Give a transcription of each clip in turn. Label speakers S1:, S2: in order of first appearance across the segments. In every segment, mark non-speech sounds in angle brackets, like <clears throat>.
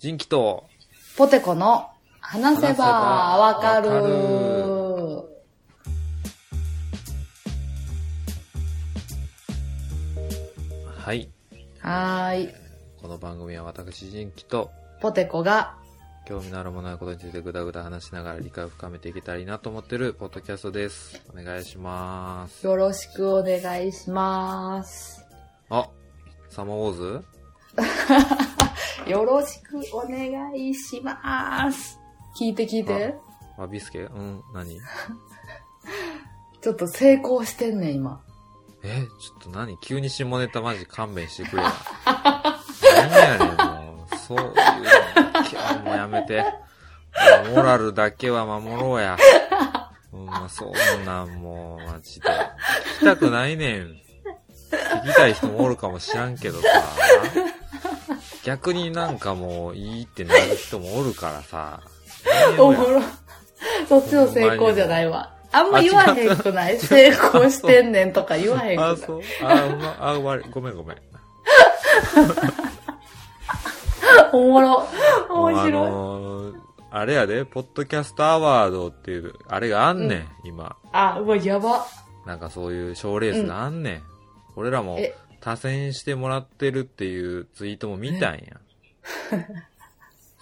S1: 人気と、
S2: ポテコの話せばわかる
S1: 話せばはい。
S2: はーい。
S1: この番組は私人気と、
S2: ポテコが、
S1: 興味のあるものやことについてぐだぐだ話しながら理解を深めていけたらいいなと思ってるポッドキャストです。お願いします。
S2: よろしくお願いします。
S1: あ、サマーウォーズ
S2: よろしくお願いします。聞いて聞いて。
S1: あ、ビスケうん、何
S2: ちょっと成功してんねん、今。
S1: え、ちょっと何急に下ネタマジ勘弁してくれよ。何やねん、もう。そういうの。今日もうやめて。もうモラルだけは守ろうや。うん、まあ、そんなんもう、マジで。聞きたくないねん。聞きたい人もおるかもしらんけどさ。逆になんかもういいってなる人もおるからさ。
S2: おもろ。そっちの成功じゃないわ。あんま言わへんくない成功してんねんとか言わへんくない
S1: あ、そう。あ、うま、あ、悪い。ごめんごめん。
S2: おもろ。
S1: もう
S2: 面
S1: あ
S2: 白い。
S1: のーあれやで、ポッドキャストアワードっていう、あれがあんねん、今。
S2: あ、うわ、やば。
S1: なんかそういう賞レースがあんねん。俺らも
S2: え
S1: 多選してもらってるっていうツイートも見たんや。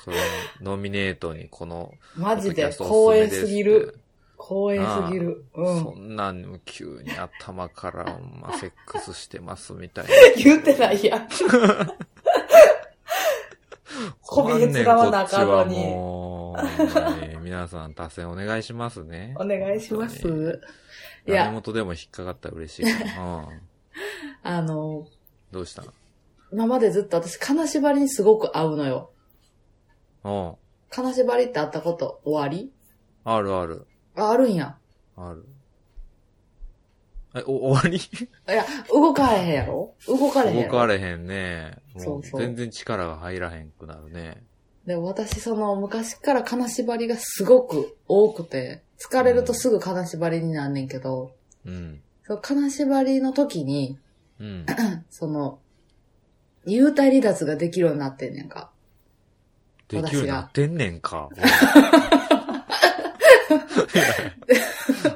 S1: それのノミネートにこの、
S2: マジで
S1: ポッドキャ
S2: 光栄
S1: ストお
S2: す
S1: め
S2: ぎ
S1: でって
S2: る。。光栄すぎる。うん
S1: そ。んなん急に頭から、ほんま、セックスしてますみ
S2: <laughs>
S1: たいな。
S2: 言ってないやん。こびへつらわなあかんのに
S1: こっちはもうほんまに皆さん、達成お願いしますね。
S2: お願いします
S1: 本当に。
S2: い
S1: 何
S2: や、
S1: 事でも引っかかったら嬉しい
S2: <laughs>
S1: な。うん。
S2: あの、
S1: どうしたの
S2: 今までずっと私、金縛りにすごく合うのよ。
S1: うん。
S2: 金縛りってあったこと終わり
S1: あるある。
S2: あ、あるんや。
S1: ある。え、お、終わり
S2: いや、動かれへんやろ動かれへんや
S1: 動
S2: ろ。
S1: かれへんね。もう
S2: そうそう
S1: 全然力が入らへんくなるね。
S2: でも私、その、昔から金縛りがすごく多くて、疲れるとすぐ金縛りになんねんけど、
S1: うん。
S2: その金縛りの時に、 <laughs>
S1: うん。
S2: その、幽体離脱ができるようになってんねんか。
S1: できるようになってんねんか。
S2: <laughs>
S1: <laughs>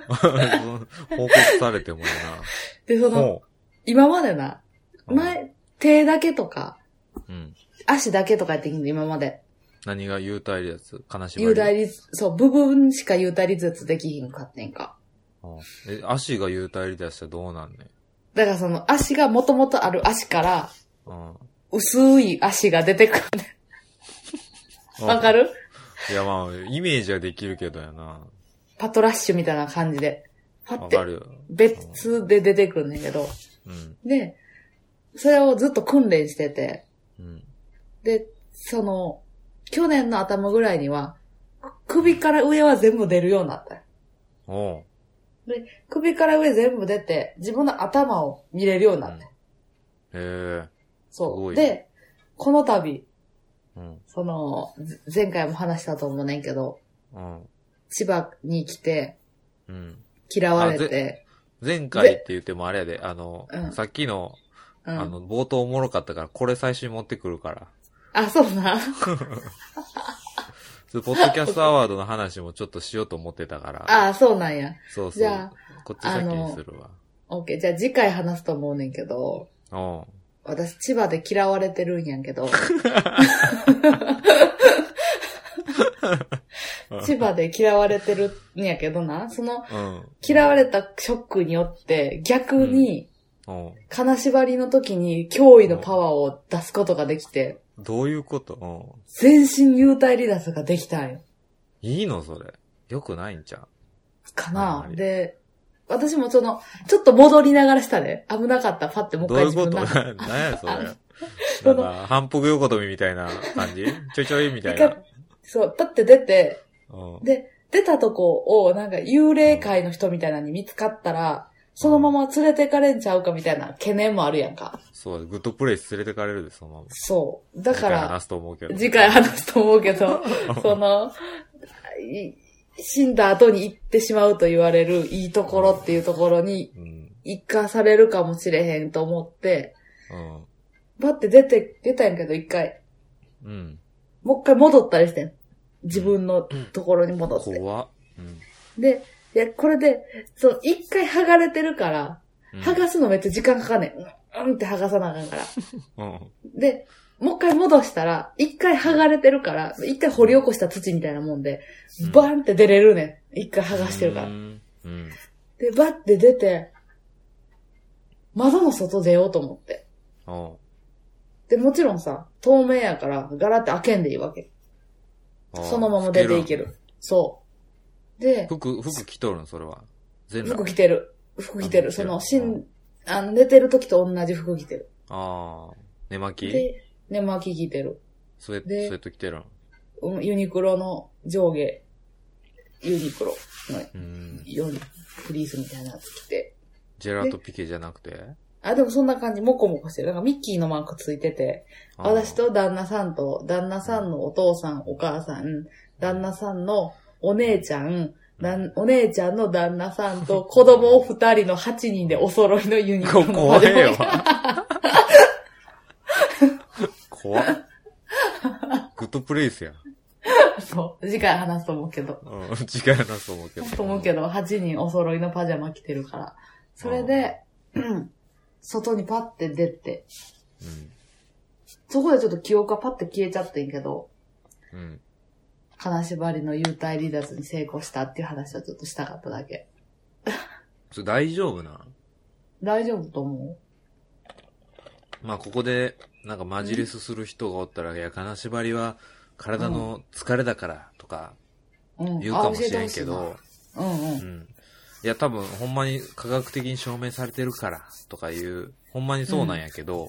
S1: 報告されてもや
S2: で、そ
S1: な。
S2: の、
S1: も
S2: 今までな、
S1: う。
S2: 前、手だけとか、
S1: うん。
S2: 足だけとかやってきんの、今まで。
S1: 何が幽体離脱悲しみ。
S2: 幽体離、そう、部分しか幽体離脱できひんかってんか。
S1: うんえ、足が幽体離脱したらどうなんねん。
S2: だからその、足がもともとある足から、
S1: うん
S2: 薄い足が出てくる。わかる
S1: いやまあ、イメージはできるけどやな。
S2: パトラッシュみたいな感じで。パ
S1: わ
S2: って
S1: か、るよ。
S2: 別で出てくるんだけど。
S1: うん。
S2: で、それをずっと訓練してて、
S1: うん。
S2: で、その、去年の頭ぐらいには、首から上は全部出るようになったよ。
S1: おう。
S2: 首から上全部出て、自分の頭を見れるように
S1: う
S2: なっ
S1: ん
S2: たよ。
S1: へえ。す
S2: そ
S1: ご
S2: う。
S1: い
S2: で、この度、
S1: うん。
S2: その、ぜ前回も話したと思うねんけど、
S1: うん。
S2: 千葉に来て、
S1: うん。
S2: 嫌われて、
S1: 前回って言ってもあれやで、あの、
S2: うん
S1: さっきの、
S2: う
S1: あ
S2: ん。
S1: の、冒頭おもろかったから、これ最初に持ってくるから。
S2: あ、そうな。
S1: それポッドキャストアワードの話もちょっとしようと思ってたから。
S2: あ、そうなんや。
S1: そうそ
S2: じ
S1: う
S2: ゃ。
S1: こっち先にするわ。
S2: OK。じゃあ次回話すと思うねんけど、
S1: おう
S2: 私千葉で嫌われてるんやけど、千葉で嫌われてるんやけどな、その
S1: うん。
S2: 嫌われたショックによって逆に
S1: おう
S2: 金縛りの時に脅威のパワーを出すことができて、
S1: どういうことおう
S2: 全身幽体離脱ができたんよ。
S1: いいのそれ。よくないんちゃう
S2: か
S1: あ
S2: な
S1: ー。はい
S2: で、私もその、ちょっと戻りながらしたね。危なかった。パってもう
S1: ど
S2: 一
S1: う
S2: 回
S1: いう
S2: 自
S1: こ
S2: 分
S1: と
S2: の中で
S1: <laughs> 何やそ
S2: <laughs>
S1: れ。なん
S2: その
S1: か、反復横跳びみたいな感じちょいちょいみたい
S2: 一
S1: な
S2: 回。、そう、パって出て、
S1: うん
S2: で、出たとこを、なんか幽霊界の人みたいなのに見つかったら、そのまま連れてかれんちゃうかみたいな懸念もあるやんか。
S1: そう、グッドプレイス連れてかれるで、そのまま。
S2: そう。だか
S1: 次回
S2: ら
S1: 話、すと思うけど。
S2: 次回話すと思うけど、
S1: <laughs>
S2: その、い死んだ後に行ってしまうと言われるいいところっていうところに、
S1: うん。
S2: 一貫されるかもしれへんと思って、
S1: うん。
S2: バって出て、出たんやけど、一回。
S1: うん。
S2: もう一回戻ったりしてん。自分のところに戻って。
S1: 怖っ。うん
S2: で、いや、これで、その、一回剥がれてるから、
S1: うん。
S2: 剥がすのめっちゃ時間かかんねん。うん、うんって剥がさなあかんから。
S1: うん。
S2: で、もう一回戻したら、一回剥がれてるから、一回掘り起こした土みたいなもんで
S1: うん、
S2: バーンって出れるねん。一回剥がしてるから
S1: う。ん。うん。
S2: で、バッて出て、窓の外出ようと思って。
S1: おう
S2: で、もちろんさ、透明やから、ガラって開けんでいいわけ。
S1: おう
S2: そのまま出ていける。そう。で、
S1: 服、服着とるの、それは。全
S2: 服
S1: 裸。
S2: 着てる。服着て
S1: あ
S2: る。
S1: 着て
S2: そ
S1: る
S2: の、し、
S1: うん
S2: あの、寝てる時と同じ服着てる。
S1: ああ。寝巻き
S2: で、寝巻き着てる。
S1: スウェット、スウ
S2: で
S1: ェット着てるの。
S2: うんユニクロの上下、ユニクロの
S1: うん。
S2: ようにフリースみたいなやつ着て。
S1: ジェラートピケじゃなくて
S2: あ、でもそんな感じ、もこもこしてる。なんかミッキーのマークついてて、
S1: あー
S2: 私と旦那さんと、旦那さんのお父さん、お母さん、旦那さんのお姉ちゃん、なんお姉ちゃんの旦那さんと子供を二人の八人でお揃いのユニクロ
S1: こ
S2: の
S1: 怖え
S2: パジャマが
S1: わ。怖っグッドプレイスや。
S2: そう。次回話すと思うけど。
S1: うん、違うなと思うけど。
S2: と思うけど、8人お揃いのパジャマ着てるから。それで、うん <clears throat> 外にパッて出て、そこでちょっと記憶がパッて消えちゃってんけど、
S1: うん。うん。
S2: 金縛りの幽体離脱に成功したっていう話をちょっとしたかっただけ。
S1: それ大丈夫な
S2: 大丈夫と思
S1: まあ、ここで、なんかマジレスする人がおったら、いや、金縛りは体の疲れだからとか
S2: ううん。
S1: 言うかもしれんけど、
S2: あ。教えてほしいなうんう。
S1: うんん。いや、多分、ほんまに科学的に証明されてるからとかいう、ほんまにそうなんやけど、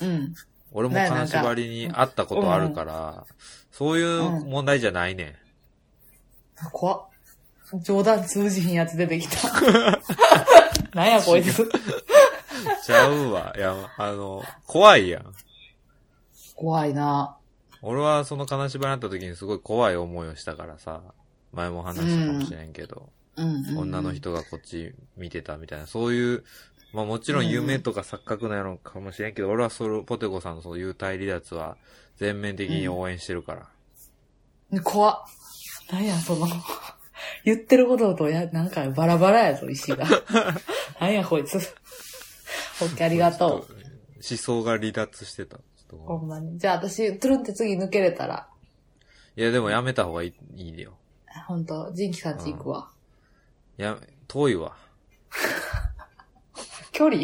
S2: うん。
S1: 俺も
S2: ねな
S1: 金
S2: んか
S1: 縛りに会ったことあるから、そういう問題じゃないねん。
S2: 怖っ。冗談通じひんやつ出てきた。なんやこいつ。
S1: ちゃうわ。いや、あの、怖いやん。
S2: 怖いな。
S1: 俺はその金縛りになった時にすごい怖い思いをしたからさ、前も話したかもしれんけど、
S2: うん、うん。
S1: 女の。人がこっち見てたみたいな、そういう、まあもちろん夢とか錯覚なんやろかもしれんけど、俺はそれ、ポテコさんのその幽体離脱は全面的に応援してるから。
S2: 怖っ。なんやその、 <laughs> 言ってることとや、なんかバラバラやぞ、
S1: <laughs>
S2: 石が。なんやこいつ。オッケー、ありがとう。
S1: う。思想が離脱してた。ちょっ
S2: ほ
S1: と
S2: んまに。じゃあ私、トゥルンって次抜けれたら、
S1: いや、でもやめた方がいいいいよ。
S2: ほんと、ジンキさんち行くわ。
S1: や、遠いわ。
S2: 距離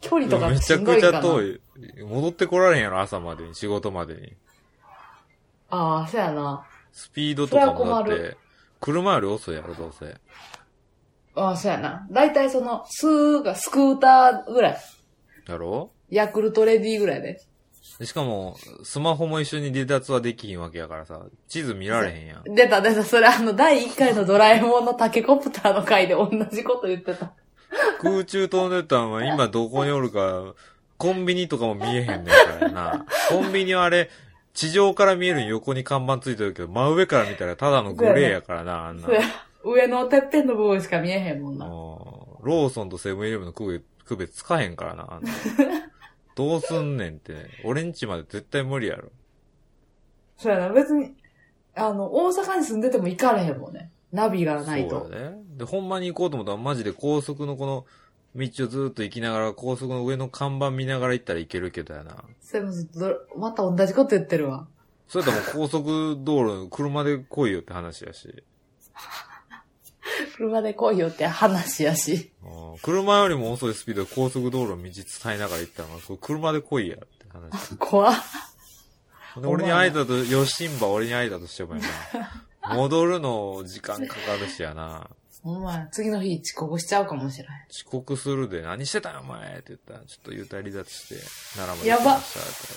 S2: 距離とか
S1: めち
S2: し
S1: ゃ
S2: んどい
S1: く
S2: ん
S1: ち
S2: かな
S1: ゃ遠い。戻ってこられんやろ、朝までに、仕事までに。
S2: ああ、そうやな。
S1: スピードとか
S2: それ
S1: もだ
S2: は
S1: っ
S2: 困
S1: て
S2: る、
S1: 車より遅いやろ、どうせ。
S2: ああ、そうやな。だいたいその、スーがスクーターぐらい。
S1: やろ
S2: ヤクルトレディーぐらいで。
S1: でしかも、スマホも一緒に離脱はできひんわけやからさ、地図見られへんやん。
S2: 出た出た、それあの、第1回のドラえもんのタケコプターの回で同じこと言ってた。
S1: 空中飛んでたんは今どこにおるか、コンビニとかも見えへんねんからな。コンビニはあれ、地上から見えるに横に看板ついてるけど、真上から見たらただのグレーやからな、あんな
S2: そう。や上のてっぺんの部分しか見えへんもん
S1: う
S2: な。
S1: んローソンとセブンイレブンの区別区別つかへんからな、
S2: <laughs>
S1: あんなどうすんねんって。俺んちまで絶対無理やろ。
S2: そうやな、別に、あの、大阪に住んでても行かれへんもんね。ナビがない
S1: そ
S2: と
S1: う。だね。で、ほんまに行こうと思ったら、マジで高速のこの、道をずーっと行きながら、高速の上の看板見ながら行ったら行けるけどやな。
S2: そうやどまた同じこと言ってるわ。
S1: それともう高速道路、車で来いよって話やし。
S2: 車で来いよって話やし。
S1: うん車よりも遅いスピードで高速道路の道伝えながら行ったら、これ車で来いやって話。
S2: 怖っ
S1: で俺に会えたと、よしんば俺に会えたとしてもや
S2: <laughs>
S1: な。戻るの時間かかるしやな。
S2: お前、次の日遅刻しちゃうかもしれん。
S1: 遅刻するで、何してたんやお前って言ったら、ちょっと幽体離脱して、奈良まで
S2: や
S1: 行
S2: ば
S1: きまし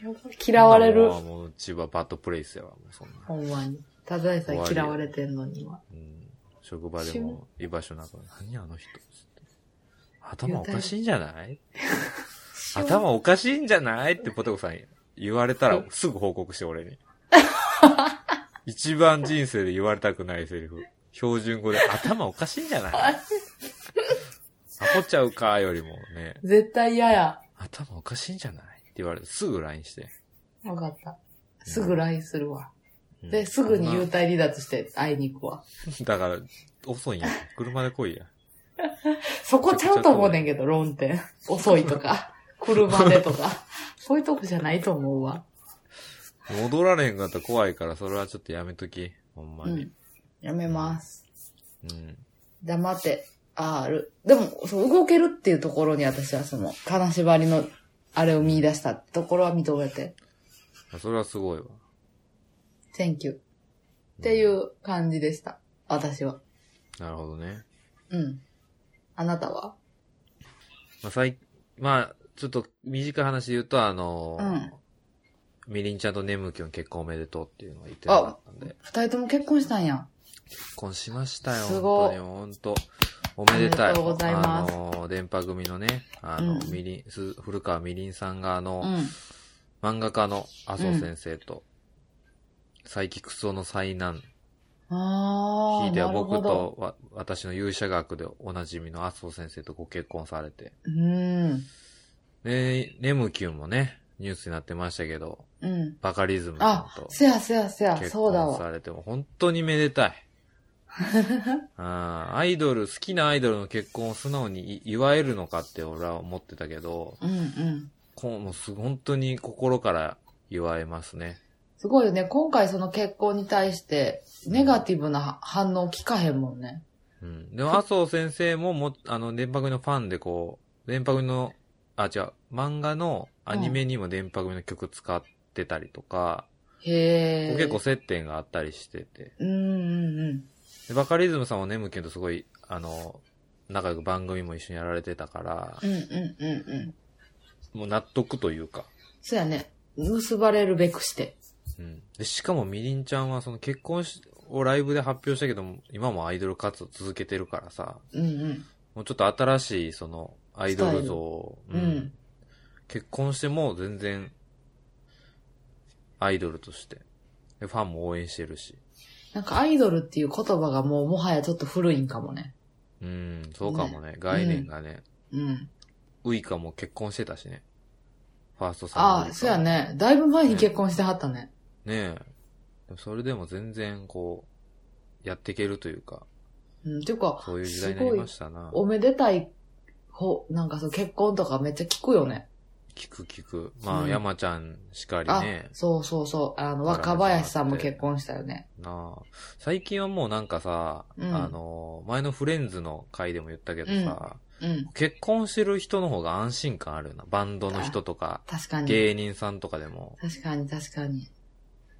S1: たって
S2: 嫌われる
S1: も。うもう千葉バッドプレイスやわ、もうそんな。
S2: ほんまに。ただでさえ嫌われてんのには。
S1: うん。職場でも居場所なく、何あの人。頭おかしいんじゃない頭おかしいんじゃないってポテコさん言われたらすぐ報告して
S2: <laughs>
S1: 俺に。一番人生で言われたくないセリフ。標準語で頭おかしいんじゃないアホちゃうかよりもね、
S2: 絶対嫌や。
S1: 頭おかしいんじゃないって言われてすぐ LINE して。
S2: わかった。すぐ LINE する
S1: う
S2: わ。
S1: ん
S2: で、すぐに幽体離脱して会いに行くわ。
S1: だから、遅いんや。車で来いや。
S2: そこちゃうと思うねんけど、
S1: <laughs>
S2: 論点。遅いとか、車でとか。 <laughs> そういうとこじゃないと思うわ。
S1: 戻られへんかったら怖いから、それはちょっとやめとき。ほんま
S2: う
S1: に。
S2: ん。やめます。
S1: うん。
S2: 黙って、R。でも、そう、動けるっていうところに私はその、金縛りの、あれを見出したってところは認めて、
S1: それはすごいわ。
S2: Thank you. っていう感じでした。私は。
S1: なるほどね。
S2: うん。あなたは
S1: まあ、さい、まあ、ちょっと短い話で言うと、あの
S2: う、ん。
S1: みりんちゃんとねむきゅん結婚おめでとうっていうのが言ってなかったんで、
S2: 二人とも結婚したんや。
S1: 結婚しましたよ。
S2: す
S1: 本
S2: ご
S1: 当
S2: い
S1: に、本当おめでたい。
S2: おめでとうございます
S1: あの、電波組のね、あの、
S2: うん
S1: みりん、す古川みりんさんが、あの、
S2: うん。
S1: 漫画家の麻生先生と、サイキクソの災難、
S2: ああ。
S1: ひいては
S2: なる
S1: 僕
S2: ほど。
S1: とわ私の勇者学でおなじみの麻生先生とご結婚されて、
S2: うん。
S1: ね、ネムキュンもね、ニュースになってましたけど、
S2: うん。
S1: バカリズムさ
S2: あ
S1: んと、
S2: せやせやせや、
S1: 結
S2: そうだ
S1: 婚
S2: わ。
S1: されても、本当にめでた
S2: <laughs>
S1: い。あーアイドル、好きなアイドルの結婚を素直にい祝えるのかって俺は思ってたけど、
S2: うんうん。
S1: こうもうす本当に心から祝えますね。
S2: すごいよね。今回その結婚に対して、ネガティブな反応聞かへんもんね。
S1: うん。でも、麻生先生もも、あの、電波組のファンでこう、電波組の、あ、違う、漫画のアニメにも電波組の曲使ってたりとか、
S2: へえ。
S1: こう結構。接点があったりしてて。
S2: うんうんうん。
S1: でバカリズムさんはねむきゅんとすごい、あの、仲良く番組も一緒にやられてたから
S2: う、んうんうんうん。
S1: もう納得というか。
S2: そうやね。結ばれるべくして。
S1: うん。で、しかもみりんちゃんはその結婚しをライブで発表したけども、今もアイドル活動続けてるからさ、
S2: うんうん。
S1: もうちょっと新しいそのアイドル像を、
S2: スタイルうん
S1: 結婚しても全然、アイドルとして。でファンも応援してるし。
S2: なんかアイドルっていう言葉がもうもはやちょっと古いんかもね。
S1: うん、そうかもね。概念がね、
S2: うん。
S1: ウイカも結婚してたしね。ファーストさんのウイ
S2: あ
S1: カ
S2: あ、そうや。ね。だいぶ前に結婚してはったね。
S1: ねえ。でもそれでも全然こう、やっていけるというか、
S2: うん。ていうか、
S1: そういう時代になりましたな。
S2: おめでたい、ほ、なんかそう、結婚とかめっちゃ聞くよね。
S1: 聞く聞く。まあ、
S2: うん
S1: 山ちゃんしかり
S2: あ
S1: ね、。
S2: そうそうそう。あの、
S1: だから
S2: 若林さんも結婚したよね。
S1: なあ。最近はもうなんかさ、
S2: うん
S1: あの、前のフレンズの回でも言ったけどさ、
S2: うん。
S1: 結婚してる人の方が安心感あるよな。バンドの人とか、
S2: 確かに。
S1: 芸人さんとかでも。
S2: 確かに、確かに。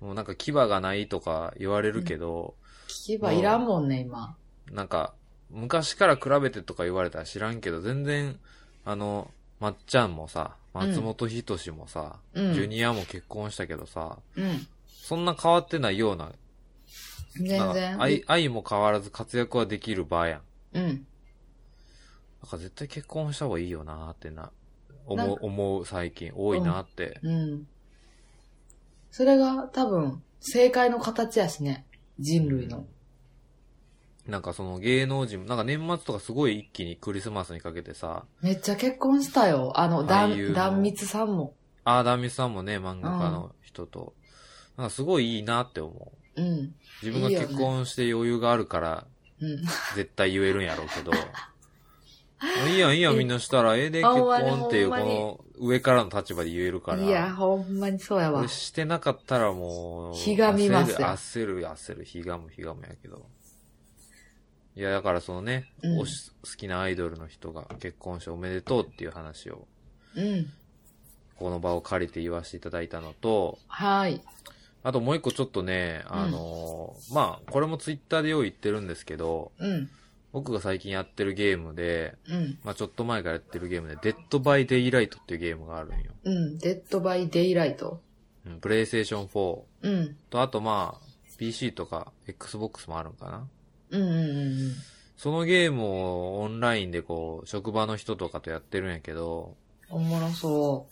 S1: もうなんか牙がないとか言われるけど、
S2: 聞けばいらんもんね、今。
S1: なんか、昔から比べてとか言われたら知らんけど、全然、あの、まっちゃんもさ、松本人志もさ、
S2: うん
S1: ジュニアも結婚したけどさ、
S2: うん。
S1: そんな変わってないような、な
S2: 全
S1: んか
S2: 然。
S1: 愛愛も変わらず活躍はできる場やん。
S2: うん。
S1: なんか絶対結婚した方がいいよなーってな、
S2: な
S1: 思
S2: ん
S1: う、思う最近多いなーって。
S2: うん。それが多分、正解の形やしね。人類の。
S1: なんかその芸能人も、なんか年末とかすごい一気にクリスマスにかけてさ、
S2: めっちゃ結婚したよ。あの、だ
S1: 俳優
S2: ん、
S1: の
S2: 断密さんも。
S1: あーダミさんもね、漫画家の人と、なんかすごいいいなって思う。
S2: うん。
S1: 自分が結婚して余裕があるから、
S2: うん。
S1: 絶対言えるんやろう
S2: <laughs>
S1: けど。いいやん、いいやん、みんなしたら、ええで、
S2: あ
S1: 結
S2: ほんまに
S1: 婚っていう、
S2: ほ
S1: こ
S2: んまに
S1: の、上からの立場で言えるから。
S2: いや、ほんまにそうや
S1: こ
S2: わ
S1: れ。してなかったらもう、
S2: ひがみますよ
S1: 焦る、焦る、焦る、ひがむ、ひがむやけど。いや、だからそのね、
S2: うん
S1: おし好きなアイドルの人が結婚しておめでとうっていう話を、
S2: うん。
S1: この場を借りて言わせていただいたのと、
S2: はい。
S1: あともう一個ちょっとね、あのーまあ、これもツイッターでよう言ってるんですけど、
S2: うん。
S1: 僕が最近やってるゲームで、
S2: うん。
S1: まあ、ちょっと前からやってるゲームで、デッドバイデイライトっていうゲームがあるんよ。
S2: うん。デッドバイデイライト。
S1: うん、プレイステーション4
S2: うん。
S1: と、あとまあ、PC とか Xbox もあるんかな
S2: うんうんうんうん。
S1: そのゲームをオンラインでこう、職場の人とかとやってるんやけど、
S2: おもろそ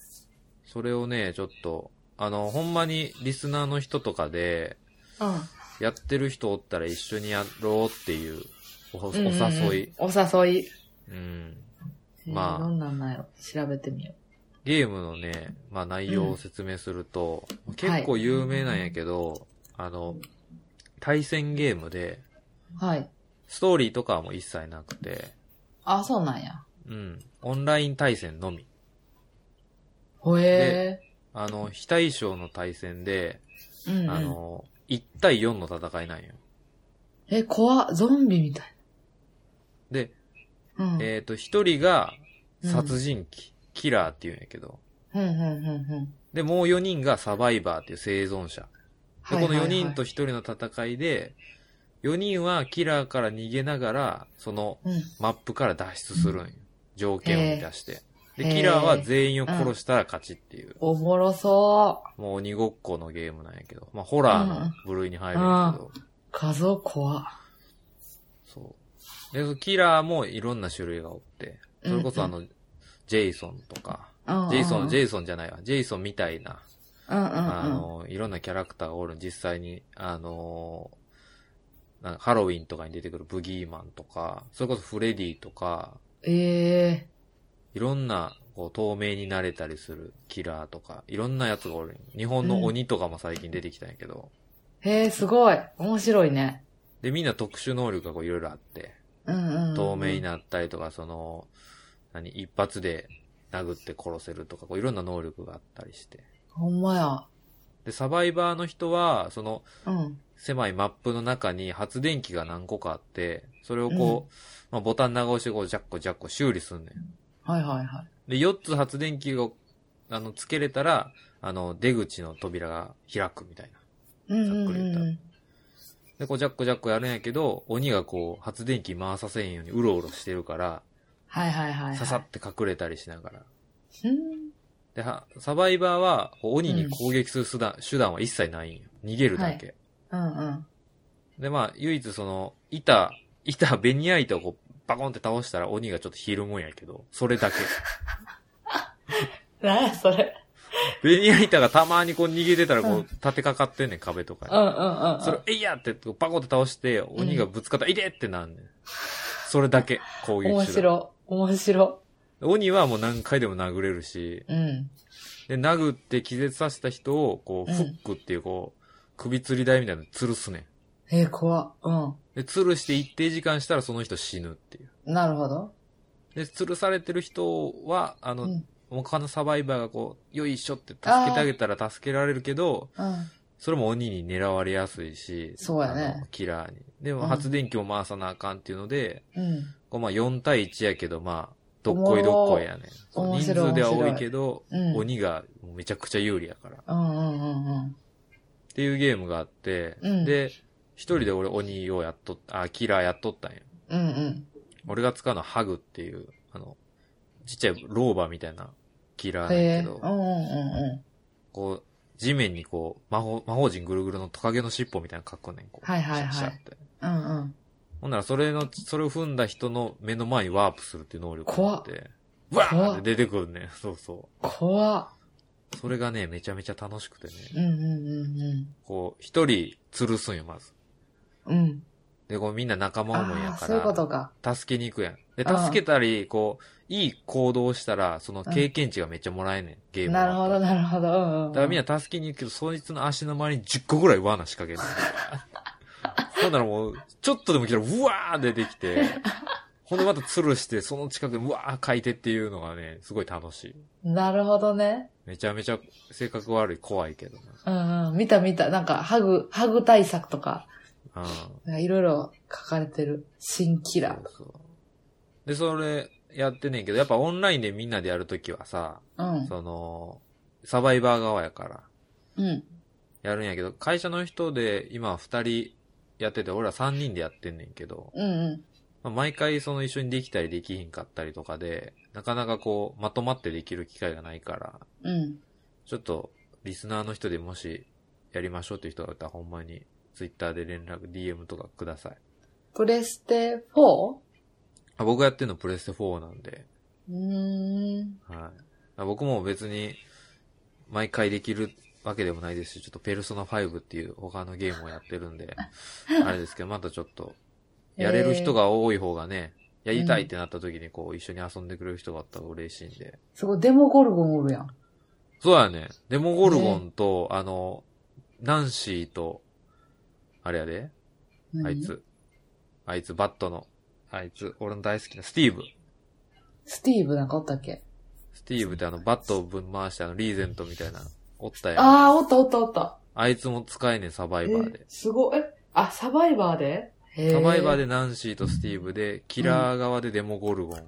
S1: それをね、ちょっと、あの、ほんまにリスナーの人とかで、
S2: う。うん。
S1: やってる人おったら一緒にやろうっていう、おお
S2: うんうんうん
S1: 誘い。。
S2: お誘い。
S1: うん。ま
S2: ま
S1: あ
S2: あ。どんなんなんやろ。調べてみよ
S1: ゲームのね、まあ内容を説明すると、結構有名なんやけど、あの、対戦ゲームで、
S2: はい。
S1: ストーリーとかはもう一切なくて、
S2: あ、そうなんや。
S1: うん、オンライン対戦のみ。
S2: ほえ
S1: あの、非対称の対戦で、
S2: ー。うん、
S1: あ
S2: うん。
S1: の、1対4の戦いなんよ。
S2: え、怖っゾンビみたい。
S1: で、
S2: うん。
S1: えっ、と、一人が
S2: うん
S1: 殺人鬼、キラーって言うんやけど、
S2: うん、うん、うん、うん。
S1: で、もう4人がサバイバーっていう生存者。で、この4人と1人の戦いで、4人はキラーから逃げながら、その
S2: はいはいはい、
S1: マップから脱出するんよ。条件を満たして。
S2: へ
S1: で、
S2: ー
S1: キラーは全員を殺したら勝ちっていう、
S2: うん。おもろそ
S1: もう鬼ごっこのゲームなんやけど、まあ、ホラーの部類に入るんやけど、
S2: う。画像怖っ
S1: そう。で、そのキラーもいろんな種類がおって、それこそあの、ジェイソンとか、
S2: うんうん、
S1: ジェイソン、ジ
S2: イ
S1: ェイソンじゃないわ、ジェイソンみたいな、
S2: ソン。うんうんうん。
S1: あの、いろんなキャラクターがおる、実際に、あの、なんかハロウィンとかに出てくるブギーマンとか、それこそフレディとか、
S2: ええ
S1: いろんな、こう、透明になれたりするキラーとか、いろんなやつがおる。日本の鬼とかも最近出てきたんやけど、
S2: ー。へえ、すごい。面白いね。
S1: で、みんな特殊能力がこういろいろあって、
S2: うんうん、うん。
S1: 透明になったりとか、その、何、一発で殴って殺せるとか、こういろんな能力があったりして。
S2: ほんまや。
S1: で、サバイバーの人は、その、
S2: うん。
S1: 狭いマップの中に発電機が何個かあって、それをこう、まあ、ボタン長押しでこう、ジャッコジャッコ修理すんねん。
S2: はいはいはい。
S1: で、4つ発電機を、あの、つけれたら、あの、出口の扉が開くみたいな。
S2: うんうん
S1: ざっくり言
S2: う
S1: っ
S2: ん。
S1: で、こう、ジャッコジャッコやるんやけど、鬼がこう、発電機回させんようにうろうろしてるから、
S2: はいはいはいはい。
S1: ささって隠れたりしながら。
S2: うん。
S1: で、はサバイバーは、鬼に攻撃する手段,、手段は一切ないんよ。逃げるだけ。
S2: うんうん。
S1: で、まあ、唯一その、板、板、ベニヤ板をこう、バコンって倒したら鬼がちょっとひるむんやけど、それ
S2: <laughs>
S1: だけ。
S2: なんやそれ。
S1: ベニヤ板がたまにこう逃げてたらこ
S2: う
S1: う、立てかかってんねん、壁とか
S2: うんう
S1: に。
S2: んうんうん。
S1: それ、えいやって、バコンって倒して、鬼がぶつかったら、いでってなんねん。それだけ、攻撃手段。
S2: 面白。面白。
S1: 鬼はもう何回でも殴れるし、
S2: うん。
S1: で、殴って気絶させた人を、こう、
S2: うん
S1: フックっていう、こう、首吊り台みたいなの吊るすねん。
S2: えー、怖っうん。
S1: で、吊るして一定時間したらその人死ぬっていう。
S2: なるほど。
S1: で、吊るされてる人は、あの、
S2: うん
S1: 他のサバイバーがこう、よいしょって助けてあげたら助けられるけど、
S2: うん。
S1: それも鬼に狙われやすいし、
S2: そうやね
S1: あのキラーに。で
S2: う
S1: も
S2: ん
S1: 発電機を回さなあかんっていうので、
S2: うん。
S1: こうまあ4対1やけど、まあ、どっこいどっこいやね。
S2: おもろ
S1: 人
S2: 面白い
S1: 数では多いけど、
S2: うん。
S1: 鬼がめちゃくちゃ有利やから。
S2: うんうんうんうん。
S1: っていうゲームがあって、
S2: うん
S1: で、一人で俺鬼をやっとっあ、キラーやっとったんや。
S2: うんうん。
S1: 俺が使うのはハグっていう、あの、ちっちゃい老婆みたいなキラーなん
S2: へ
S1: や
S2: え。
S1: け
S2: うんう
S1: ど、
S2: んうんうん。
S1: こう、地面にこう、魔法、魔法人ぐるぐるのトカゲの尻尾みたいなの書くねん、こう。
S2: はいはいはい
S1: シャッシャッて。
S2: うんうん。
S1: ほんなら、それの、それを踏んだ人の目の前にワープするっていう能力があって、わ
S2: っ
S1: ーって出てくるねん。そうそ
S2: 怖っ
S1: う。それがね、めちゃめちゃ楽しくてね、
S2: うんうんうん
S1: こう、一人吊るすんよ、まず。
S2: うん。うん。
S1: で、こうみんな仲間思いや
S2: ああー、
S1: か
S2: そういうこ
S1: ら、
S2: とか。
S1: 助けに行くやん。で、
S2: うん
S1: 助けたり、こう、いい行動をしたら、その経験値がめっちゃもらえんねん、ゲームの
S2: な
S1: 後
S2: るほど、なるほど。うんうんうん。
S1: だからみんな助けに行くけど、そいつの足の周りに10個ぐらい罠仕掛ける。ほんならもう、ちょっとでも来たら、うわー出てきて、ほんでまた吊るして、その近くにうわー書いてっていうのがね、すごい楽しい。
S2: なるほどね。
S1: めちゃめちゃ性格悪い、怖いけど
S2: うんうん。見た見た。なんか、ハグ、ハグ対策とか、
S1: な。うん。
S2: なんかいろいろ書かれてる。新キラ
S1: そうそうで、それやってんねんけど、やっぱオンラインでみんなでやるときはさ、
S2: ー。
S1: その、サバイバー側やから、
S2: うん。うん。
S1: やるんやけど、会社の人で今は2人やってて、俺ら3人でやってんねんけど、
S2: うんうん。
S1: まあ、毎回その一緒にできたりできひんかったりとかで、なかなかこう、まとまってできる機会がないから、
S2: うん。
S1: ちょっと、リスナーの人でもし、やりましょうっていう人がいたら、ほんまに、ツイッターで連絡、DM とかください。
S2: プレステ 4?
S1: あ僕がやってるのプレステ4なんで、
S2: うーん。
S1: はい。あ僕も別に、毎回できるわけでもないですし、ちょっとペルソナ5っていう他のゲームをやってるんで、あれですけど、またちょっと、やれる人が多い方がね、やりたいってなった時にこう、一緒に遊んでくれる人があったら嬉しいんで。
S2: すごい、デモゴルゴンおるやん。
S1: そうやね。デモゴルゴンと、あの、ナンシーと、あれやで、
S2: 何
S1: あい。つ。あいつ、バットの。あいつ、俺の大好きな、スティーブ。
S2: スティーブなんかおったっけ
S1: スティーブってあの、バットをぶん回してあの、リーゼントみたいな、おったやん。あ
S2: ああ、おったおったおった。
S1: いつも使えねえ、サバイバーで
S2: え。すごい。え、あ、サバイバーでへー
S1: サバイバーでナンシーとスティーブで、キラー側でデモゴルゴン。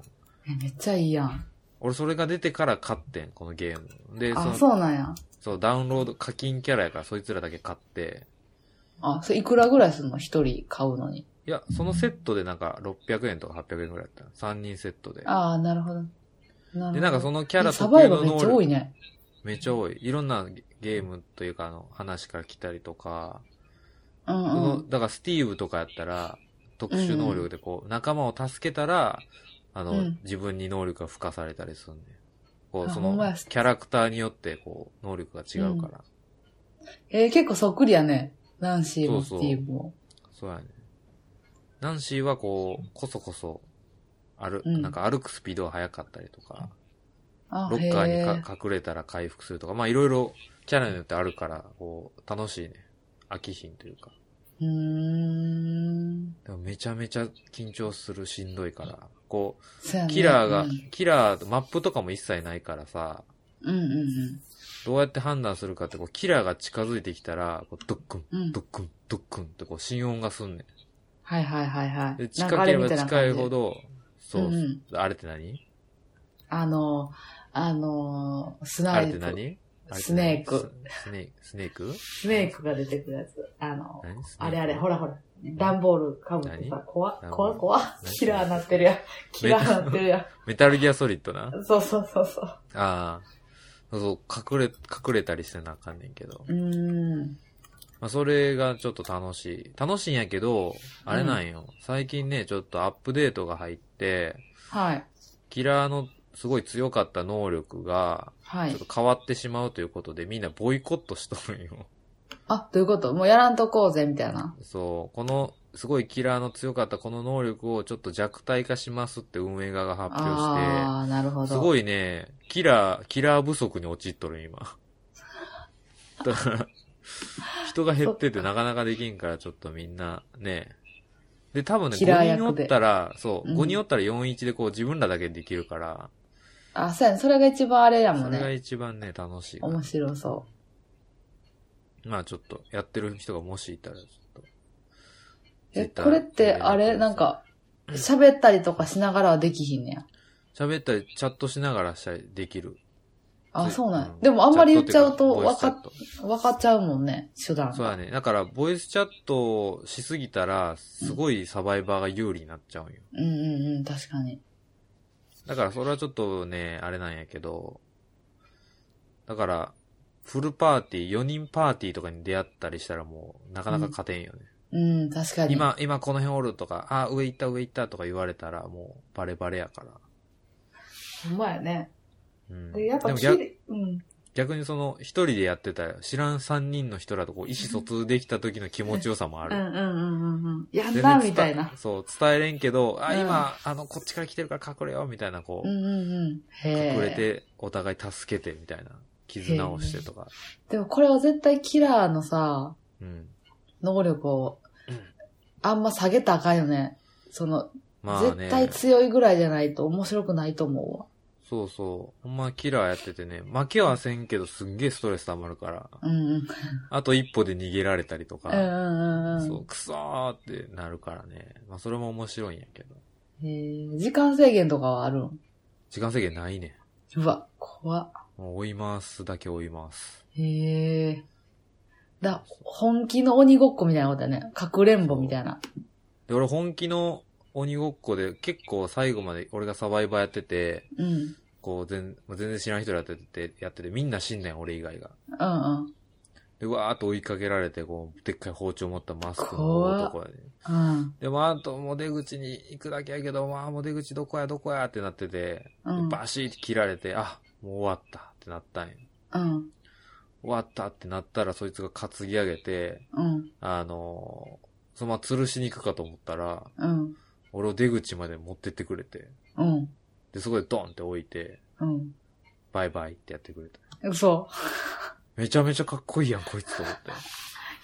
S2: え、めっちゃいいやん。
S1: 俺それが出てから買ってん、このゲーム。で、そ
S2: あ、
S1: の、
S2: そうなんや。
S1: そう、ダウンロード課金キャラやから、そいつらだけ買って。
S2: あ、それいくらぐらいするの一人買うのに。
S1: いや、そのセットでなんか600円とか800円ぐらいだった。3人セットで。
S2: ああ、なるほど。なるほど
S1: で、なんかそのキャラ
S2: えサ
S1: 特
S2: バ
S1: 有
S2: イバ
S1: の
S2: ーめ
S1: 能
S2: っちゃ多
S1: 力
S2: いね。
S1: めっちゃ多い。いろんなゲームというか、あの、話から来たりとか、
S2: うん
S1: そうの
S2: ん。
S1: だからスティーブとかやったら、特殊能力でこう、仲間を助けたら、あの、
S2: うん
S1: 自分に能力が付加されたりするんで。こ
S2: あ
S1: う、そ
S2: ほ
S1: の
S2: んまや、
S1: キャラクターによって、こう、能力が違うから。
S2: えー結構そっくりやね。ナンシーもス
S1: そ
S2: テ
S1: うそう
S2: ィーブも。
S1: そうやね。ナンシーはこう、こそこそ、歩、
S2: うん
S1: なんか歩くスピードが速かったりとか、
S2: あ
S1: ロッカ
S2: へ
S1: ーにか隠れたら回復するとか、まあいろいろキャラによってあるから、こう、楽しいね。飽きひんというか。
S2: うーん。
S1: でもめちゃめちゃ緊張する、しんどいから。こ
S2: そうや
S1: う、
S2: ね。
S1: キラーが、
S2: うん
S1: キラー、マップとかも一切ないからさ、
S2: うんうん
S1: どうやって判断するかって、こう、キラーが近づいてきたら、こうドックン、
S2: うん。うん
S1: ド。ックン、ドックンってこう、心音がすんね
S2: はいはいはいは
S1: ん。で、
S2: い。
S1: 近ければ近いほ
S2: ど。
S1: ど、そう、
S2: うんうん
S1: あれって何
S2: あの、あの、ス
S1: あ
S2: ナ
S1: れっ
S2: イ
S1: て
S2: プ。
S1: 何あれって何
S2: スネーク。
S1: ススネーク、スネーク
S2: スネークが出てくるやつ。あの、
S1: 何スネーク
S2: あれあれ、ほらほら。段ボールかぶってさ、
S1: 何
S2: 怖
S1: 段ボー
S2: 怖
S1: ル
S2: 怖
S1: 何
S2: キラーなっ
S1: <laughs>
S2: てるやん。キラーなってるや
S1: メタルギアソリッドな。
S2: ん。そうそうそうそう。
S1: ああ。そうそう、隠れ、隠れたりしてなあかんねんけど。
S2: うーん。
S1: まあ、それがちょっと楽しい。楽しいんやけど、あれなんよ。最近ね、ちょっとアップデートが入って、
S2: はい。
S1: キラーのすごい強かった能力が、
S2: は
S1: ちょっ
S2: い。
S1: と変わってしまうということで、みんなボイコットしとるんよ。 <laughs>
S2: あ、どういうこともうやらんとこうぜ、みたいな。
S1: そう、この、すごいキラーの強かったこの能力をちょっと弱体化しますって運営側が発表して、
S2: ああ、なるほど。
S1: すご
S2: い。
S1: いね、キラー、キラー不足に陥っとる
S2: <laughs>
S1: 今。だから、人が減っててなかなかできんから、ちょっとみんな、ね。で、多分ね、
S2: キラ
S1: 5
S2: ー役
S1: 人おったら、そう、
S2: うん
S1: 5人おったら41でこう自分らだけできるから、
S2: あ、そうやね。それが一番あれやも
S1: そ
S2: ん
S1: れが
S2: ね。
S1: 一番ね、楽しいから
S2: 面白そ
S1: まあちょっと、やってる人がもしいたら、ちょっと。
S2: う。え、
S1: Twitter
S2: これって、
S1: 連絡くださ
S2: あ
S1: い
S2: れなんか、喋ったりとかしながらはできひんねや。
S1: 喋ったり、チャットしながらしたりできる。
S2: あ、そうなんや
S1: ん。
S2: でもあんまり言っちゃうと、
S1: チャ
S2: わ
S1: ットていかボイ
S2: か、
S1: スチャッ
S2: わかっちゃうもんね。手段
S1: トそう
S2: が。
S1: だね。だから、ボイスチャットをしすぎたら、すごいサバイバーが有利になっちゃうんよ。
S2: うんうんうん、確かに。
S1: だからそれはちょっとね、あれなんやけど、だから、フルパーティー、4人パーティーとかに出会ったりしたらもう、なかなか勝てんよね。
S2: うん、確かに。
S1: 今、今この辺おるとか、あ、上行った上行ったとか言われたらもう、バレバレやから。
S2: ほんまやね。
S1: うん、
S2: で、やっぱ
S1: も
S2: き
S1: 逆
S2: れ、うん。
S1: 逆にその、一人でやってたら、知らん3人の人らとこう、意思疎通できた時の気持ちよさもあ
S2: うん
S1: る。
S2: うんうんうんうん。やん
S1: 全然
S2: な、
S1: 伝え
S2: みたいな。
S1: そう、伝えれんけど、あ、
S2: うん
S1: 今、あの、こっちから来てるから隠れよ、みたいな、こ
S2: う
S1: う、
S2: んうんうん。へえ。
S1: 隠れて、お互い助けて、みたいな。絆をしてとか。
S2: でもこれは絶対キラーのさ、
S1: うん。
S2: 能力を
S1: うん、
S2: あんま下げたらあかんよね。その、
S1: まあね。
S2: 絶対強いぐらいじゃないと面白くないと思
S1: そうそう。ほんまキラーやっててね、負けはせんけどすんげえストレス溜まるから、
S2: うわ。うんうん。
S1: あと一歩で逃げられたりと
S2: うんう
S1: か、
S2: んうん
S1: そうう、くそーってなるからね。まあそれも面白いんやけど。
S2: ん。へえ時間制限とかはあるん
S1: 時間制限ないね。
S2: うわ、怖っ。
S1: もう追い回すだけ追い回す。
S2: へえ。だ、本気の鬼ごっこみたいなことやね。かくれんぼみたいな。
S1: で、俺本気の鬼ごっこで結構最後まで俺がサバイバーやってて、
S2: うん。うん
S1: こう全全然知らん人らやってて、やっててみんな死んだよ、俺以外が。
S2: うん。
S1: で、うわーっと追いかけられて、こう、でっかい包丁持ったマスクの
S2: 怖っ
S1: 男やね。
S2: うん。
S1: で、まあ、あともう出口に行くだけやけど、まあ、もう出口どこやどこやってなってて、
S2: うん
S1: バシーって切られて、あ、もう終わったってなったんよ。
S2: うん。
S1: 終わったってなったら、そいつが担ぎ上げて、
S2: うん。
S1: あのーそのまま吊るしに行くかと思ったら、
S2: うん。
S1: 俺を出口まで持ってってくれて、
S2: うん。
S1: で、そこでドンって置いて、
S2: うん。
S1: バイバイってやってくれた。
S2: 嘘。
S1: めちゃめちゃかっこいいやん、こいつと思って。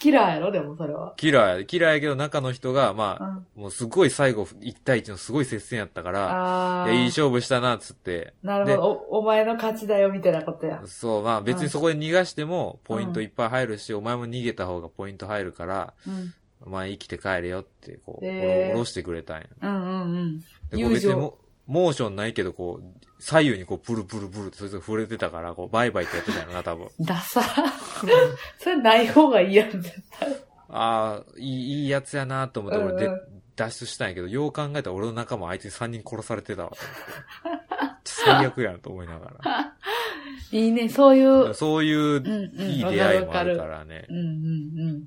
S2: キラーやろ、でもそれは。
S1: キラーや、キラーやけど中の人が、
S2: う
S1: ま
S2: ん。
S1: あ、もうすごい最後、1対1のすごい接戦やったから、
S2: あ
S1: い
S2: あ。
S1: やいい勝負したな、つって。
S2: なるほど。お、お前の勝ちだよ、みたいなことや。
S1: そう、まあ別
S2: う
S1: に
S2: ん
S1: そこで逃がしても、ポイント
S2: うん
S1: いっぱい入るし、お前も逃げた方がポイント入るから、
S2: うん。
S1: お前生きて帰れよって、こう、お
S2: へー
S1: ろおろしてくれたんや。
S2: うんうんうん。
S1: で、こう別に
S2: 友情
S1: もモーションないけど、こう、左右にこう、プルプルプルってそいつが触れてたから、こう、バイバイってやってたよな、多分。
S2: ダサ。 <laughs> それない方がいいやん。
S1: ああ、いい、いいやつやなと思って、俺で、
S2: うんう
S1: 脱出したんやけど、よう考えたら俺の仲間あいつに3人殺されてたわ。と思って最悪やんと思いな
S2: <laughs>
S1: がら。
S2: いいね、そういう。
S1: そういう
S2: う、んうん。
S1: いい
S2: わ
S1: 出
S2: か
S1: 会い
S2: るわ
S1: も
S2: か
S1: あ
S2: る
S1: るか。らね
S2: う。んうんうん。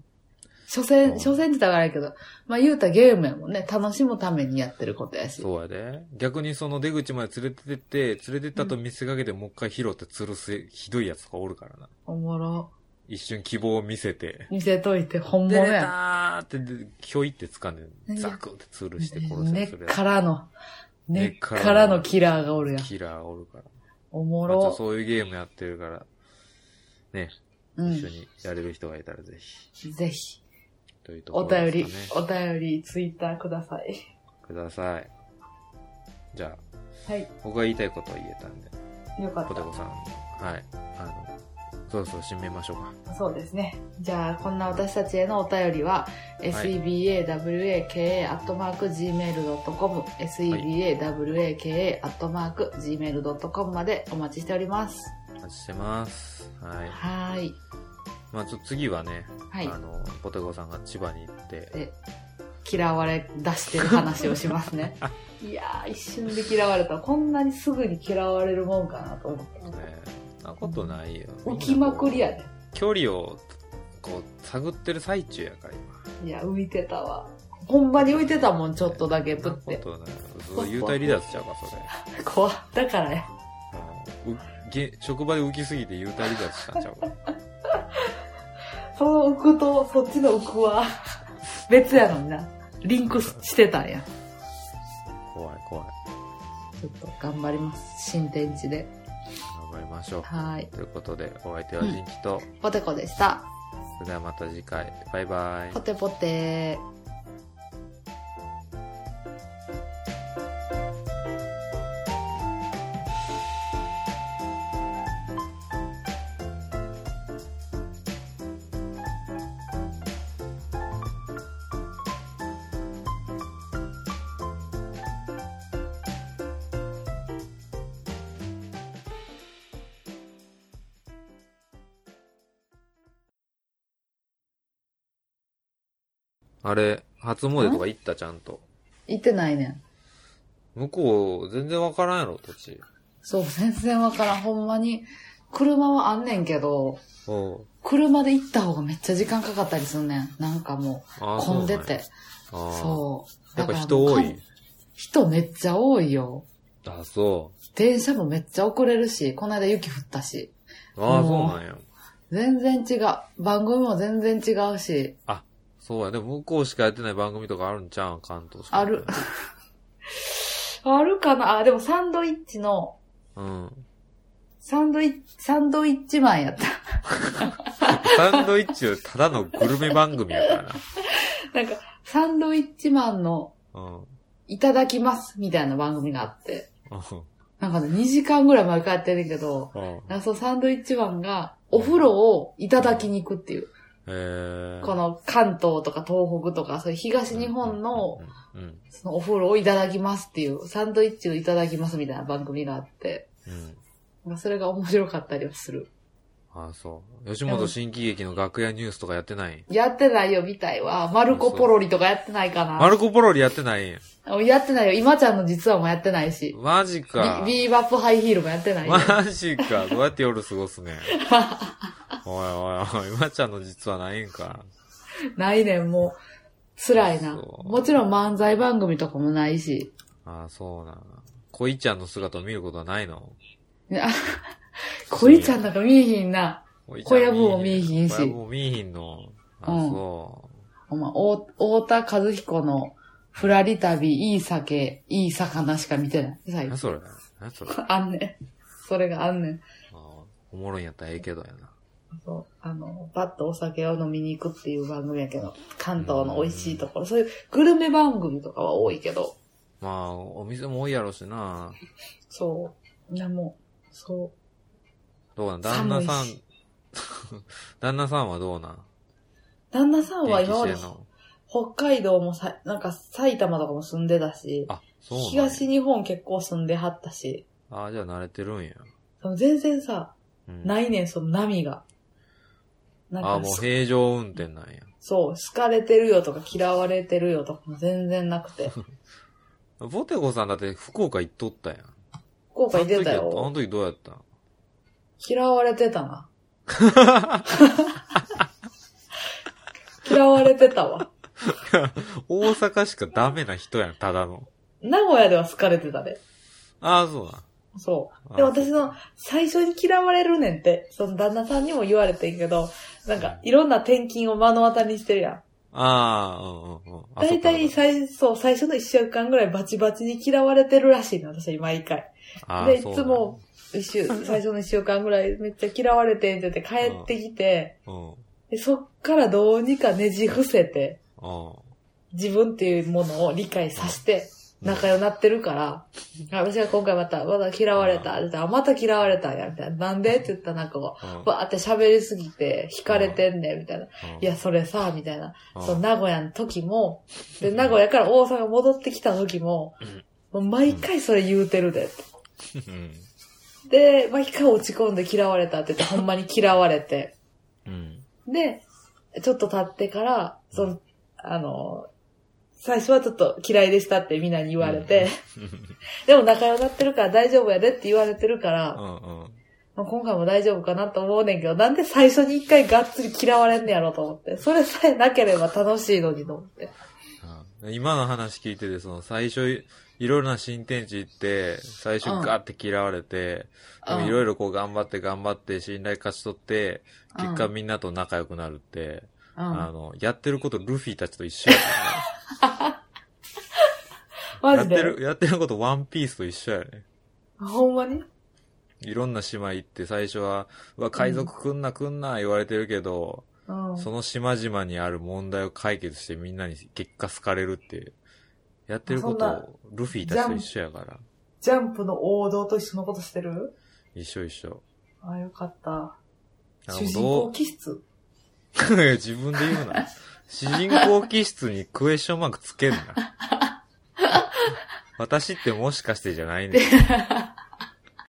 S2: 所
S1: うん
S2: 詮、所詮って言ったらあれやけど、まあ言うたらゲームやもんね。楽しむためにやってることやし。
S1: そうやで。逆にその出口まで連れてって、連れてったと見せかけて、もう一回拾って吊るす、ひどいやつとかおるからな。
S2: おもろ。
S1: 一瞬希望を見せて、
S2: 見せといて、本
S1: 出
S2: 物
S1: れ
S2: や。
S1: たーって、でひょいって掴んで、
S2: 何
S1: ザクって吊るして殺せ
S2: 根
S1: る
S2: っ
S1: するや
S2: からの、根っからのキラーがおるやん
S1: つ。。キラーおるから。
S2: おも
S1: まあちょっ
S2: ろ
S1: と。そういうゲームやってるから、ね、
S2: う
S1: 一緒
S2: ん。
S1: にやれる人がいたらぜひ、
S2: ぜひ、
S1: というとこ
S2: お
S1: ろですかね
S2: 便。り、お便り、ツイッターください。
S1: ください。じゃあ、
S2: はい。
S1: 僕が言いたいことは言えたんで、
S2: よか
S1: ポテ
S2: っ
S1: コさん、はい。あの、そろそろ締めましょうか。
S2: た。そうですね。じゃあ、こんな私たちへのお便りは、sebawaka.gmail.com、sebawaka.gmail.com までお待ちしております。
S1: お待ちしてます。はい。
S2: はーい。
S1: まあちょっと次はね、
S2: はい
S1: あ。の、ポテコさんが千葉に行って、
S2: で、嫌われ出してる話をします <laughs> ね。いやー、一瞬で嫌われた。こんなにすぐに嫌われるもんかなと思って。
S1: ね、そんなことないよ。
S2: 起きまくりやね。
S1: 距離を、こう、探ってる最中やから、今。
S2: いや、浮いてたわ。ほんまに浮いてたもん、ちょっとだけ、ぶ
S1: そ
S2: っ
S1: んなこ
S2: て。
S1: とない。そう、幽体離脱しちゃうか、
S2: <laughs>
S1: それ。
S2: 怖っだからや。
S1: うんうげ職場で浮きすぎて幽体離脱したんちゃうか
S2: その浮くと、そっちの浮くは、別やのにな。リンクしてたんや。
S1: 怖い怖い
S2: ちょっと頑張ります。新天地で。
S1: 頑張りましょう
S2: はーい。
S1: ということでお相手は人気と、
S2: ポテコでした。
S1: それではまた次回バイバイ
S2: ポテポテ
S1: あれ初詣とか行ったちゃんと
S2: 行ってないねん。
S1: 向こう全然わからんやろ土地
S2: そう、全然わからん。ほんまに、車はあんねんけど、
S1: おう
S2: 車で行った方がめっちゃ時間かかったりすんねん。なんかもう、
S1: あー
S2: 混んでて。
S1: そうなんやあー
S2: そう。
S1: やっぱ
S2: だから
S1: 人多
S2: もう
S1: い
S2: か人めっちゃ多いよ。
S1: あそ
S2: 電車もめっちゃ遅れるし、この間雪降ったし。
S1: うああそう
S2: もう
S1: なんや
S2: 全然違う。番組も全然違うし、
S1: そうやでも向こうしかやってない番組とかあるんちゃうん関東しか
S2: ある。あるかなあ、でもサンドイッチの、
S1: うん
S2: サンドイッチ、サンドイッチマンやった。
S1: サンドイッチはただのグルメ番組やからな
S2: <laughs> なんか、サンドイッチマンの、
S1: うんうん
S2: いただきます、みたいな番組があって。 <laughs> なんかね、2時間ぐらい前からやってるけど、
S1: うん
S2: なんかそうサンドイッチマンが、お風呂をいただきに行くっていう。
S1: えー
S2: この関東とか東北とか、そういう東日本の、
S1: うんうん
S2: そのお風呂をいただきますっていう、サンドイッチをいただきますみたいな番組があって、
S1: うんうん
S2: なんかそれが面白かったりはする。
S1: ああ、そう。吉本新喜劇の楽屋ニュースとかやってない
S2: やってないよ、みたいは。マルコポロリとかやってないか
S1: マ
S2: な。
S1: ルコポロリやってないん
S2: やってないよ。今ちゃんの実はもやってないし。
S1: マジか。
S2: ビビーバップハイヒールもやってないよ。
S1: マジか。どうやって夜過ごす
S2: <laughs>
S1: ねんおいおいおい、今ちゃんの実はないんか。
S2: ないねん、もう。辛いな。
S1: そう
S2: もちろん漫才番組とかもないし。
S1: ああ、そうなん。恋ちゃんの姿を見ることはないの
S2: <laughs> あ、恋ちゃんなんか見えひんな。
S1: 小
S2: 小籔も見えひんし
S1: 小籔も見えひんの。ああ、
S2: うん
S1: そ
S2: お前、大大田和彦のふらり旅、いい酒、いい魚しか見てない。最
S1: 何
S2: 近。
S1: それ何それあ
S2: あんねん。それがあんねん。
S1: ーおもろいんやったらええけどやな。
S2: そう、あの、パッとお酒を飲みに行くっていう番組やけど、関東の美味しいところ、そういうグルメ番組とかは多いけど、
S1: まあ、お店も多いやろしな。
S2: そう、なもう、そ
S1: どうなん旦那さ
S2: 寒
S1: ん
S2: いし、
S1: <laughs> 旦那さんはどうなん
S2: う。旦那さんは
S1: 元気
S2: 今ま
S1: して
S2: で
S1: んの。
S2: 北海道もさ、なんか埼玉とかも住んでたし、
S1: あ、そうなんや
S2: 東日本結構住んではったし、
S1: あ、じゃあ慣れてるんや。
S2: その全然さ、
S1: うん、
S2: ないねん、その波が。なん
S1: あ、
S2: か
S1: もう平常運転なんや。
S2: そう、好かれてるよとか嫌われてるよとかも全然なく
S1: <laughs>
S2: て。
S1: ボテゴさんだって福岡行っとったやん。
S2: 福岡に出た
S1: あの時やったあの
S2: よ。
S1: 時どうやったん
S2: 嫌われてた
S1: <laughs>
S2: な。 <laughs> 嫌われてたわ。
S1: 大阪しかダメな人やん、ただの。
S2: 名古屋では好かれてたで。
S1: ああ、そうだ。
S2: そう。
S1: あ
S2: で、私の最初に嫌われるねんって、その旦那さんにも言われてんけど、なんかいろんな転勤を目の当たりにしてるやん。
S1: ああ、うんうんうん。あ
S2: 大
S1: そ
S2: 体
S1: っか
S2: 最、そう、最初の一週間ぐらいバチバチに嫌われてるらしいの、私は毎回。
S1: そっかあー
S2: で、い
S1: そう
S2: つ
S1: だ
S2: も、一週、最初の一週間ぐらいめっちゃ嫌われてんって言って帰ってきて、
S1: うん。うん。
S2: でそっからどうにかねじ伏せて、自分っていうものを理解させて、仲良くなってるから、私が今回また、また嫌われた、って言ったらあまた嫌われたんや、みたいな。なんでって言ったらなんかこ
S1: うん
S2: う、わーって喋りすぎて、惹かれてんねん、みたいな。いや、、それさ、みたいな。
S1: うん
S2: その名古屋の時も、で、名古屋から大阪戻ってきた時も、もう毎回それ言うてるでって。
S1: うん。
S2: で、毎回落ち込んで嫌われたって言って、ほんまに嫌われて。
S1: うん。
S2: で、ちょっと経ってから、その、あの、最初はちょっと嫌いでしたってみんなに言われて、でも仲良くなってるから大丈夫やでって言われてるか
S1: う
S2: ら、
S1: んうん。
S2: まあ今回も大丈夫かなと思うねんけど、なんで最初に一回がっつり嫌われんねやろうと思って、それさえなければ楽しいのにと思って。
S1: うん今の話聞いてて、その最初い、いろいろな新天地行って、最初
S2: うん
S1: ガーって嫌われて、でも
S2: うん
S1: いろいろこう頑張って頑張って信頼勝ち取って、結果
S2: うん
S1: みんなと仲良くなるって、
S2: うん
S1: あの、やってることルフィたちと一緒やね。
S2: <laughs> マ
S1: やっ
S2: ジ
S1: て
S2: で
S1: る、やってることワンピースと一緒やね。
S2: ほんまに
S1: いろんな島行って最初は、うわ、海賊来んな来んな言われてるけど、
S2: うん。
S1: その島々にある問題を解決してみんなに結果好かれるって、やってるこ
S2: そんな
S1: とルフィたちと一緒やから。
S2: ジャンプの王道と一緒のことしてる
S1: 一緒一緒。
S2: あ、よかった。
S1: あ
S2: 主人
S1: ど
S2: 公
S1: う
S2: 気質
S1: <laughs> 自分で言うな。主人公気質にクエスチ
S2: <laughs>
S1: ョンマークつけんな。私ってもしかしてじゃないねん。